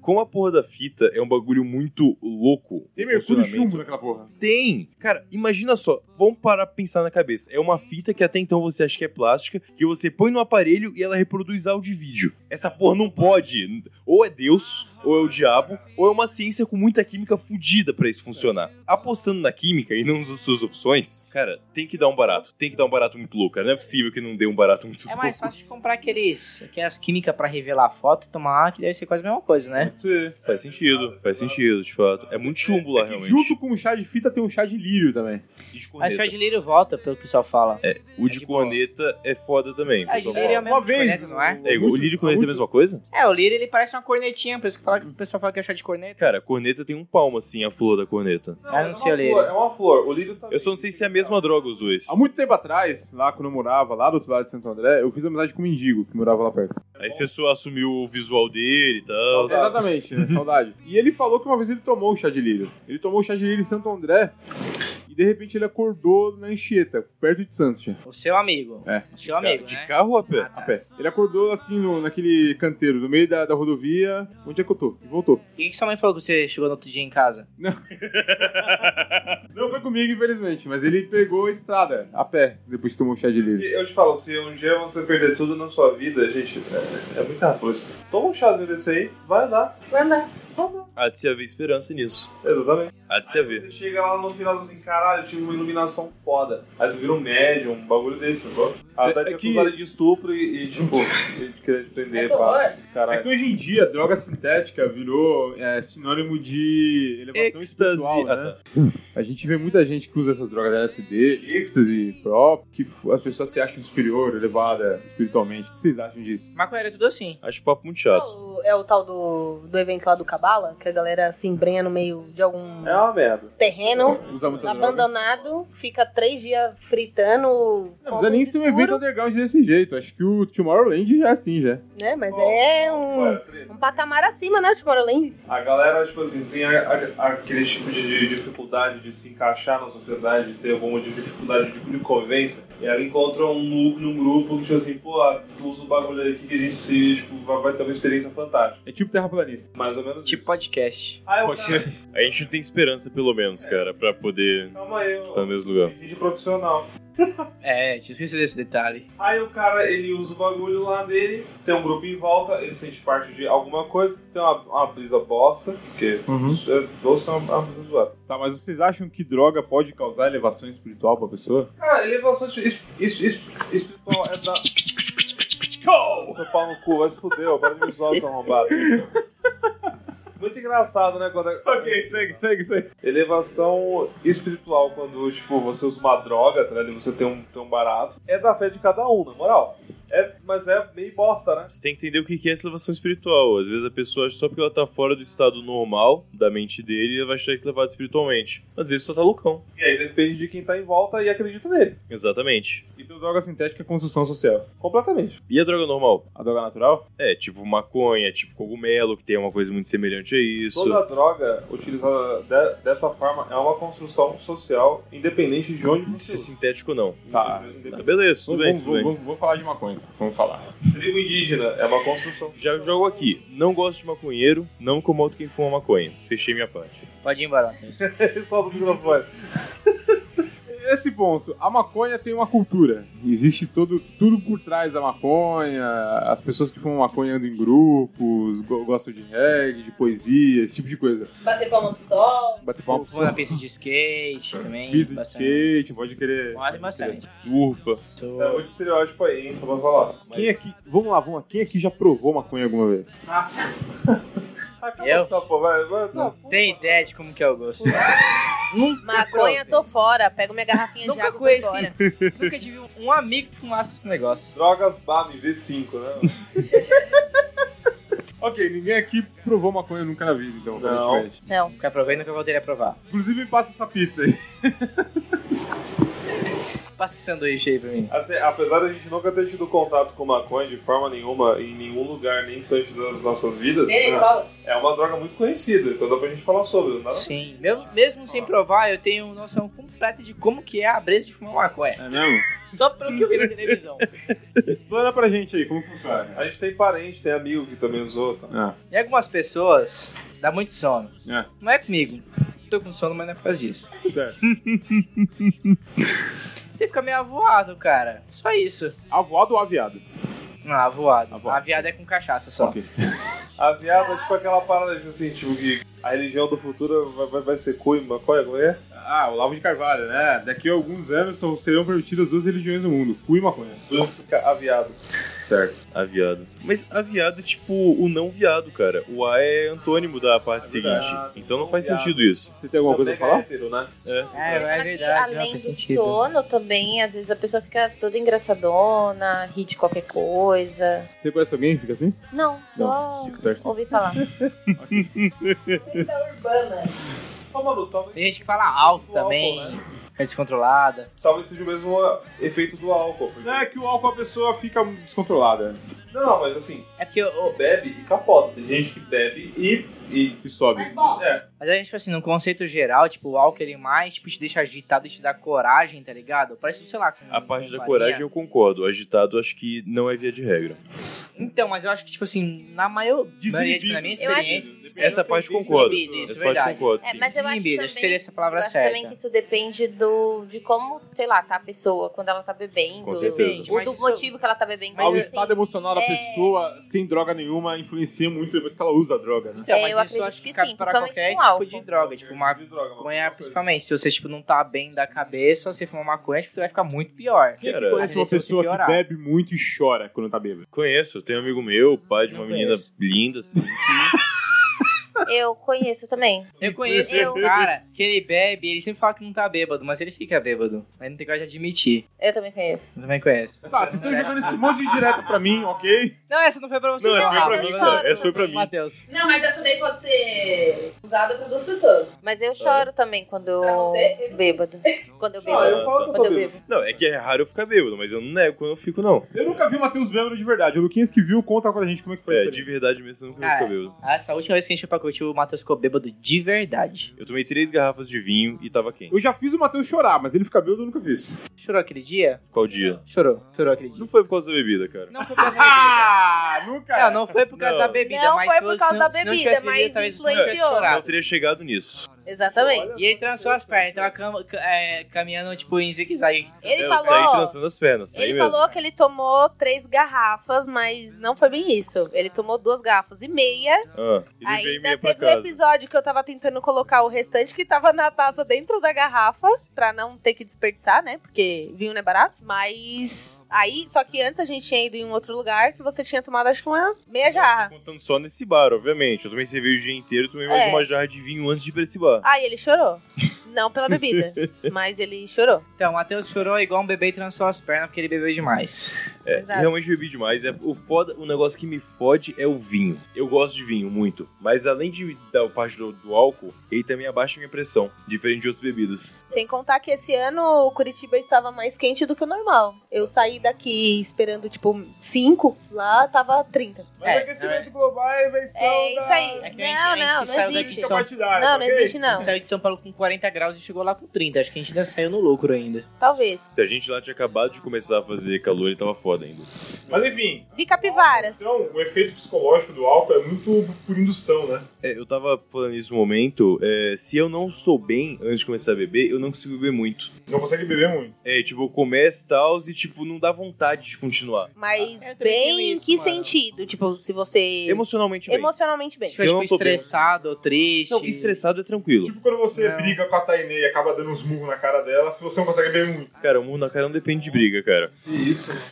Como a porra da fita é um bagulho muito louco. Tem o mercúrio e funcionamento- chumbo naquela porra. Tem! Cara, imagina só. Vamos parar pra pensar na cabeça. É uma fita que até então você acha que é plástica, que você põe no aparelho e ela reproduz áudio e vídeo. Essa porra não pode. Ou é Deus, ou é o diabo, ou é uma ciência com muita química fodida pra isso funcionar. Apostando na química e não nas suas opções, cara, tem que dar um barato. Tem que dar um barato muito louco, cara. Não é possível que não dê um barato muito É louco. mais fácil de comprar aqueles, aquelas químicas pra revelar a foto e tomar, que deve ser quase a mesma coisa, né? Faz sentido, faz sentido, de fato. É muito chumbo lá, É que realmente. junto com o chá de fita tem um chá de lírio também. E de Mas corneta. só de lírio volta, pelo que o pessoal fala. O de corneta é foda também. Ah, de pessoal lírio é fala. o mesmo Uma de vez, corneta, não é? É igual, o lírio e corneta é a mesma coisa? É, o lírio ele parece uma cornetinha, por isso que, fala, que o pessoal fala que é chá de corneta. Cara, a corneta tem um palmo assim, a flor da corneta. Não, Ah, não é sei, uma Lírio. flor, é uma flor. O lírio também. Eu só não sei se é a mesma droga os dois. tá Há muito tempo atrás, lá quando eu morava, lá do outro lado de Santo André, eu fiz amizade com um mendigo que morava lá perto. Aí você só assumiu o visual dele e tal. Saudade. Exatamente, né? saudade. E ele falou que uma vez ele tomou o chá de lírio. Ele tomou o chá de lírio em Santo André e de repente ele acordou na Anchieta, perto de Santos. já. O seu amigo. É. O seu amigo, de né? carro ou a pé? A pé. Ele acordou assim no- naquele canteiro, no meio da, da rodovia, onde é que eu tô? E voltou. E o que sua mãe falou que você chegou no outro dia em casa? Não foi comigo, infelizmente, mas ele pegou a estrada a pé, depois que tomou o chá de lírio. Se- Eu te falo, se um dia você perder tudo na sua vida, gente, é, é muita coisa. Toma um chazinho desse aí, vai andar. Vai andar. Há de se haver esperança nisso. Exatamente. Há de se Aí haver. você chega lá no final e fala assim, caralho, eu tive uma iluminação foda. Aí tu vira um médium, um bagulho desse, sacou? Até É te que- acusarem de estupro e, e, tipo, e querer te prender, É que pá, horror. os É caralho. que hoje em dia, droga sintética virou é, sinônimo de elevação Êxtase. espiritual, Ah, né? tá. A gente vê muita gente que usa essas drogas né? LSD, êxtase, prop, que f- as pessoas se acham superior, elevada espiritualmente. O que vocês acham disso? Maconheiro é tudo assim. Acho papo muito É chato. o, é o tal do, do evento lá do Cabala, que a galera se embrenha no meio de algum É uma merda. terreno Usar muita droga. abandonado, fica três dias fritando. Não precisa nem ser um evento underground desse jeito. Acho que o Tomorrowland já é assim, já. né? Mas é um, Ué, treta. um patamar acima, né, Tomorrowland? A galera, tipo assim, tem a- a- aquele tipo de, de dificuldade de se encaixar na sociedade, de ter alguma tipo de dificuldade de, de convivência, e ela encontra um núcleo, um grupo, que tipo assim, pô, ah, tu usa um bagulho aqui que a gente se, tipo, vai, vai ter uma experiência fantástica. É tipo terraplanista. Mais ou menos Tipo isso. podcast. Ah, eu, Pode- A gente tem esperança, pelo menos, cara, pra poder calma aí, estar no eu, Tá mesmo lugar. de profissional. É, tinha esquecido desse detalhe. Aí o cara, ele usa o bagulho lá dele, tem um grupo em volta, ele sente parte de alguma coisa, tem uma, uma brisa bosta, porque Uhum. isso é, doce é uma, uma brisa zoada. Tá, mas vocês acham que droga pode causar elevação espiritual pra pessoa? Cara, elevação es- es- es- es- espiritual é da. Seu pau no cu, vai se fuder, para de me zoar, seu arrombado. Muito engraçado, né? Quando Ok, Segue, segue, segue. Elevação espiritual, quando, tipo, você usa uma droga, tá ligado? E Você tem um, tem um barato. É da fé de cada um, na moral. É, mas é meio bosta, né? Você tem que entender o que que é essa elevação espiritual. Às vezes a pessoa, acha só porque ela tá fora do estado normal da mente dele, ela vai achar que é levado espiritualmente. Às vezes só tá loucão. E aí depende de quem tá em volta e acredita nele. Exatamente. Então droga sintética é construção social. Completamente. E a droga normal? A droga natural? É, tipo maconha, tipo cogumelo, que tem uma coisa muito semelhante a isso. Toda droga utilizada de- dessa forma é uma construção social, independente de onde Se é você usa. sintético, não. Tá. Tá, beleza, tudo Vamos, bem, vamos, tudo bem. vamos- vamos falar de maconha. Vamos falar. Tribo indígena é uma construção. Já jogo aqui. Não gosto de maconheiro, não incomodo quem fuma maconha. Fechei minha parte. Pode ir embora, Matheus. Solta o microfone. Esse ponto, a maconha tem uma cultura. Existe todo, tudo por trás da maconha, as pessoas que fumam maconha andam em grupos, go- gostam de reggae, de poesia, esse tipo de coisa. Bater palma pro sol. Bater palma Vou na pista de skate também. pista de bastante. skate, pode querer... Pode bastante. Surfa. Tô- Isso é muito estereótipo aí, hein? Só pra falar. Quem aqui, vamos lá, vamos lá, quem aqui já provou maconha alguma vez? Acaba Eu? essa porra, vai, vai, tá, Não tem ideia de como que é o gosto. Nunca- Maconha, tô fora. Pego minha garrafinha de Nunca água e conheci. vou embora. Nunca tive um amigo que fumasse esse negócio. Drogas BAM V5, né? Ok, ninguém aqui provou maconha nunca na vida, então. Não. aparentemente. Não. Nunca provei, nunca voltaria a provar. Inclusive, passa essa pizza aí. Passa esse sanduíche aí pra mim. Assim, apesar da gente nunca ter tido contato com maconha de forma nenhuma, em nenhum lugar, nem instante das nossas vidas, Beleza, né? Paulo. é uma droga muito conhecida, então dá pra gente falar sobre. Nada Sim, mesmo, mesmo sem provar, eu tenho noção completa de como que é a brisa de fumar maconha. É mesmo? Só pelo que eu vi na televisão. Explana pra gente aí, como funciona. A gente tem parente, tem amigo que também usou. Tá? Ah, Em algumas pessoas, dá muito sono. É. Não é comigo. Tô com sono, mas não é por causa disso. certo. Você fica meio avoado, cara. Só isso. Avoado ou aviado? Não, avoado. Avoado. Aviado é com cachaça só. Ok. A viada é tipo aquela parada tipo assim, tipo que a religião do futuro vai, vai, vai ser cu e maconha, como é? Ah, o Lavo de Carvalho, né? Daqui a alguns anos só serão permitidas duas religiões no mundo, cu e maconha. Por isso fica a viada. Certo. Aviado. Mas aviado é tipo o não viado, cara. O A é antônimo da parte seguinte. verdade. Então não Não faz viado. sentido isso. Você tem alguma coisa pra Também falar? hétero, né? É, é Aqui, verdade. não, além do faz sentido. sono também, às vezes a pessoa fica toda engraçadona, ri de qualquer coisa. Você conhece alguém que fica assim? Não, só um Certo. ouvi falar. Urbana. Ô, mano, talvez, Tem gente que fala alto O álcool, também. né? É descontrolada. talvez seja o mesmo efeito do álcool. porque- É que o álcool a pessoa fica descontrolada Não, não, mas assim, É porque o- bebe e capota. Tem gente que bebe e. e e sobe. Mas, bom, é. Mas é tipo assim, num conceito geral, tipo, o álcool ele mais tipo, te deixa agitado e te dá coragem, tá ligado? Parece, sei lá, com, A parte com da farinha. coragem eu concordo. Agitado acho que não é via de regra. Então, mas eu acho que, tipo assim, na maior maioria, tipo, na minha Eu acho- experiência. Essa parte concordo. é Isso, Essa parte verdade. concordo, É, sim. mas eu acho, Desinibida, também, acho que seria essa palavra eu acho certa. também que isso depende do, de como, sei lá, tá a pessoa quando ela tá bebendo. Com certeza. Depende, Ou mas do isso- motivo que ela tá bebendo. Mas o Mas, assim, estado emocional da é- pessoa, sem droga nenhuma, influencia muito depois que ela usa a droga, né? Então, É, mas eu isso eu acredito acho que, que cabe sim, pra principalmente qualquer com tipo álcool. de droga. Tipo, maconha, droga, mas- principalmente. Se você, tipo, não tá bem da cabeça, você fumar maconha, acho que você vai ficar muito Cara, pior. Às Parece uma vezes você pessoa que piorar. bebe muito e chora quando tá bêbada. Conheço, tem um amigo meu, pai de Não uma menina conheço. linda, assim. Eu conheço também. Eu conheço Eu- um cara que ele bebe, ele sempre fala que não tá bêbado, mas ele fica bêbado. Mas não tem coragem de admitir. Eu também conheço. Eu também conheço. Tá, vocês estão jogando esse monte de direto pra mim, ok? Não, essa não foi pra você. Não, essa foi pra Rafa. mim, cara. Essa foi pra mim. Matheus. Não, mas essa daí pode ser usada por duas pessoas. Mas eu choro também quando Pra você? eu bêbado. Quando eu Ah, bebo. eu falo que eu tô Quando eu bêbado. bebo. Não, é que é raro eu ficar bêbado, mas eu não nego quando eu fico, não. Eu nunca vi o Matheus bêbado de verdade. O Luquinhas que viu, conta pra gente como é que foi a É, de experiência. verdade mesmo, eu nunca Ah, é. fico bêbado. Essa última vez que a gente foi pra curtir, o Matheus ficou bêbado de verdade. Eu tomei três garrafas de vinho e tava quente. Eu já fiz o Matheus chorar, mas ele ficar bêbado eu nunca fiz. Chorou aquele dia? Qual dia? Chorou. Chorou aquele dia. Não foi por causa da bebida, cara. Não foi por causa da bebida. Ah, nunca! É, Não, não foi por causa Não. da bebida, Não mas foi se por você causa não, da se não bebida, tivesse mas bebido, talvez você não tivesse influenciou. Não chorado. teria chegado nisso. Exatamente. E ele trançou as pernas, então cam é, caminhando tipo em zigue-zague. Ele É, eu saí falou. trançando as pernas, saí Ele mesmo. falou que ele tomou três garrafas, mas não foi bem isso. Ele tomou duas garrafas e meia. Ah, ele veio Ainda meia pra teve um casa. episódio que eu tava tentando colocar o restante que tava na taça dentro da garrafa, pra não ter que desperdiçar, né? Porque vinho não é barato. Mas aí, só que antes a gente tinha ido em um outro lugar que você tinha tomado acho que uma meia Eu jarra. tô contando só nesse bar, obviamente. Eu tomei cerveja o dia inteiro, tomei mais É. uma jarra de vinho antes de ir pra esse bar. Aí ele chorou. Não pela bebida, mas ele chorou. Então, o Matheus chorou igual um bebê e trançou as pernas porque ele bebeu demais. É, Exato. realmente bebi demais. É, o, foda, o negócio que me fode é o vinho. Eu gosto de vinho muito, mas além de me dar o parte do, do álcool, ele também abaixa a minha pressão, diferente de outras bebidas. Sem contar que esse ano Curitiba estava mais quente do que o normal. Eu saí daqui esperando, tipo, 5, lá tava 30. Mas É, aquecimento global é invenção É isso aí. da- É que a gente- a Não, gente não, não saiu daqui existe. só- Não, não existe não. Saiu de São Paulo com 40 graus e chegou lá com 30. Acho que a gente ainda saiu no lucro ainda. Talvez. A gente lá tinha acabado de começar a fazer calor e tava foda ainda. Mas enfim, Bicapivaras. então o efeito psicológico do álcool é muito por indução, né? É, eu tava falando nesse momento, é, se eu não estou bem antes de começar a beber, eu não consigo beber muito. Não consegue beber muito. É, tipo, eu começo e tal, e tipo, não dá vontade de continuar. Mas é, Eu também tenho bem em isso, que mano. sentido? Tipo, se você. Emocionalmente bem. Emocionalmente bem. eu Se foi, tipo, não tô bem. estressado ou triste. um Não, estressado é tranquilo. Tipo quando você Não. briga com a Tainei e acaba dando uns murros na cara dela, se você não consegue beber muito. Cara, o mundo na cara não depende de briga, cara.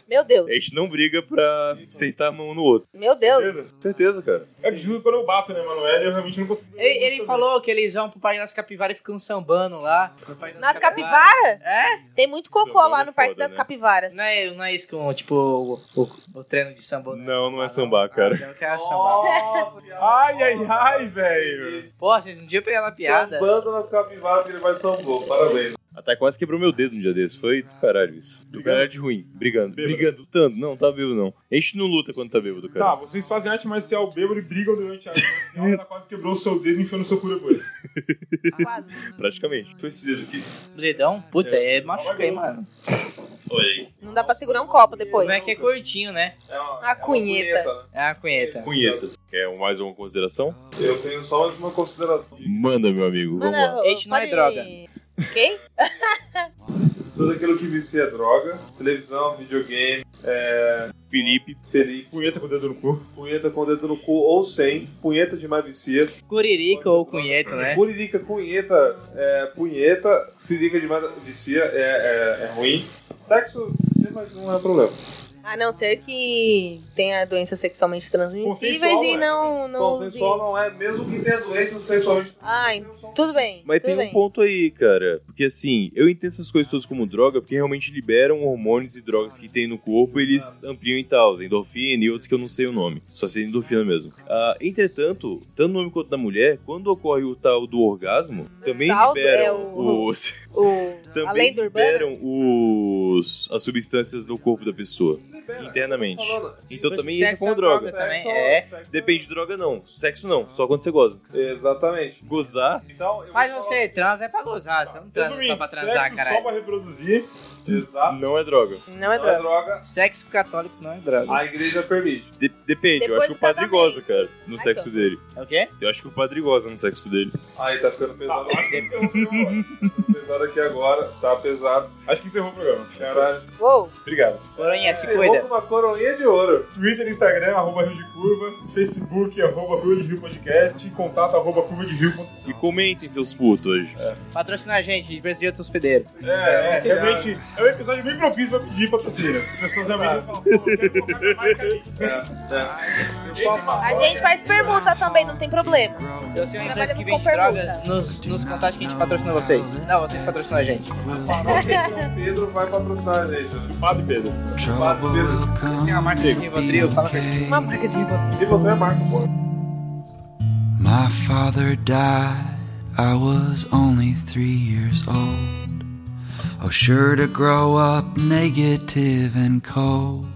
Meu Deus. A gente não briga pra aceitar a mão no outro. Meu Deus. Beleza? Certeza, cara. É que juro, quando eu bato na Emanuele, eu realmente não consigo beber Ele, muito ele também. falou que eles vão pro Parque das Capivaras e ficam sambando lá. No Parque das Nas Capivaras. capivaras? É? Tem muito cocô Sambando lá é no Parque foda, das né? Capivaras. Não é, não é isso com, tipo, o, o- o treino de samba. né? Não, não é sambar, cara. Ah, então eu quero sambar. Nossa, que Ai, ai, arroz, ai, cara. velho. Pô, vocês um dia pegaram a piada. Sambando tá nas capivaras que ele vai sambou. Parabéns. Até quase quebrou meu dedo no dia desse. Foi do caralho isso. Do caralho de ruim. Brigando. Bêbado. Brigando. Tanto. Não, tá bêbado não. A gente não luta quando tá bêbado, Tá, cara. vocês fazem arte marcial bêbado e brigam durante a arte marcial, ela quase quebrou o seu dedo e enfiou no seu cu depois. Quase. Praticamente. Foi esse dedo aqui. O dedão? Putz, é, machuca, hein, mano. Olha aí. Não dá pra segurar um copo depois. Como é que é curtinho, né? É uma, A é uma cunheta. cunheta, né? É a cunheta. Punheta. Quer um- mais uma consideração? Eu tenho só mais uma consideração. Manda, meu amigo. Vamos lá. Mano, Este não é pode- droga. Quem? Tudo aquilo que vicia é droga. Televisão, videogame, é, Felipe. Felipe. Punheta com o dedo no cu. Punheta com o dedo no cu ou sem. Punheta demais vicia. Curirica ou cunheta, É. né? Buririca, cunheta, é, punheta. Sirica demais vicia é, é, é ruim. Sexo vicia, mas não é problema. A não ser que tenha doenças sexualmente transmissíveis Consensual, e é. não, não use. Consensual não é, mesmo que tenha doença sexualmente. Ai, tudo bem. Mas tudo tem bem. um ponto aí, cara. Porque assim, eu entendo essas coisas todas como droga, porque realmente liberam hormônios e drogas que tem no corpo, eles ampliam e tal, endorfina e outros que eu não sei o nome. Só sei endorfina mesmo. Ah, entretanto, tanto no homem quanto na mulher, quando ocorre o tal do orgasmo, também Tal do- liberam é o- os. O- também A lenda urbana. liberam os. as substâncias no corpo da pessoa. Internamente. Então Mas também sexo entra como é uma droga. coisa também, é. Depende de droga, não. Sexo não, só quando você goza. Exatamente. Gozar, Então, eu Mas vou você transa é pra gozar, você não transa só pra transar, sexo só pra caralho. reproduzir. falar- Exato. não é droga. Não é Não é droga. droga, Sexo católico não é Ah. droga. a igreja permite. De- depende, eu Depois acho que o do padre casamento. goza, cara, no Ai, sexo tô. dele. É o quê? Eu acho que o padre goza no sexo dele. Aí tá ficando pesado. Tá. Acho que encerrou. Tá pesado aqui agora. Tá pesado. Acho que encerrou o programa. Caralho. Uou. Obrigado. Coronha, se Errou É, cuida. com uma arroba coroinha de ouro. Twitter, Instagram, arroba Rio de Curva. Facebook, arroba Curva de Rio Podcast. E contato, arroba curva de Rio. E comentem, seus putos. Patrocina a gente, empresa de outro hospedeiro. É, é, realmente é um episódio bem propício pra pedir patrocínio. As pessoas Tá. realmente falam, pô, eu quero colocar minha marca ali. Eu É, só falo- A gente faz permuta também, não tem problema. Então, assim, Eu sou uma empresa que Trabalhamos com vende permuta. drogas nos, nos contatos que a gente patrocina vocês. Não, é assim. vocês patrocinam a gente. O Pedro vai patrocinar a gente. né? Padre Pedro. Padre Pedro. Vocês têm a marca de Rivotril, fala com a gente. Uma marca de riba. E botou a marca, pô. My father died, I was only three years old. Oh, sure to grow up negative and cold.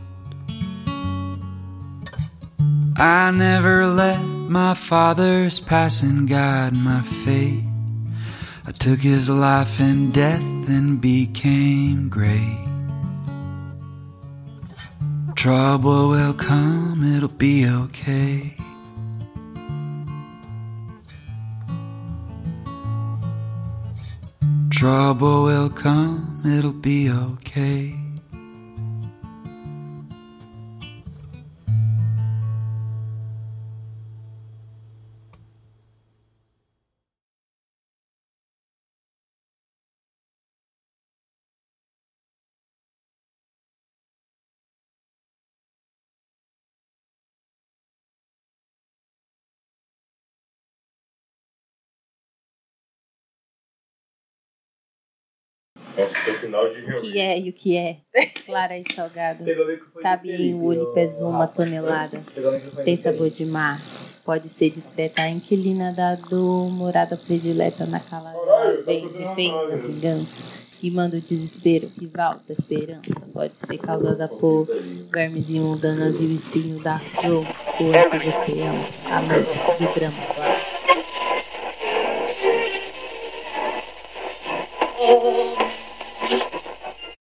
I never let my father's passing guide my fate. I took his life in death and became great. Trouble will come, it'll be okay. Trouble will come, it'll be okay. Nossa, seu final de O que é e o que é? Clara e salgada. Pegou o microfone. Cabe em um olho, pesa uma tonelada. Pegou o microfone. Tem sabor de mar. Pode ser discreta a inquilina da dor, morada predileta na calada. Caralho, Vem, tá fazendo vem, uma frase. vingança. E manda o desespero, rival da esperança. Pode ser causa da cor, vermes e mundanas e o espinho da flor. Cor que você ama, a noite do drama.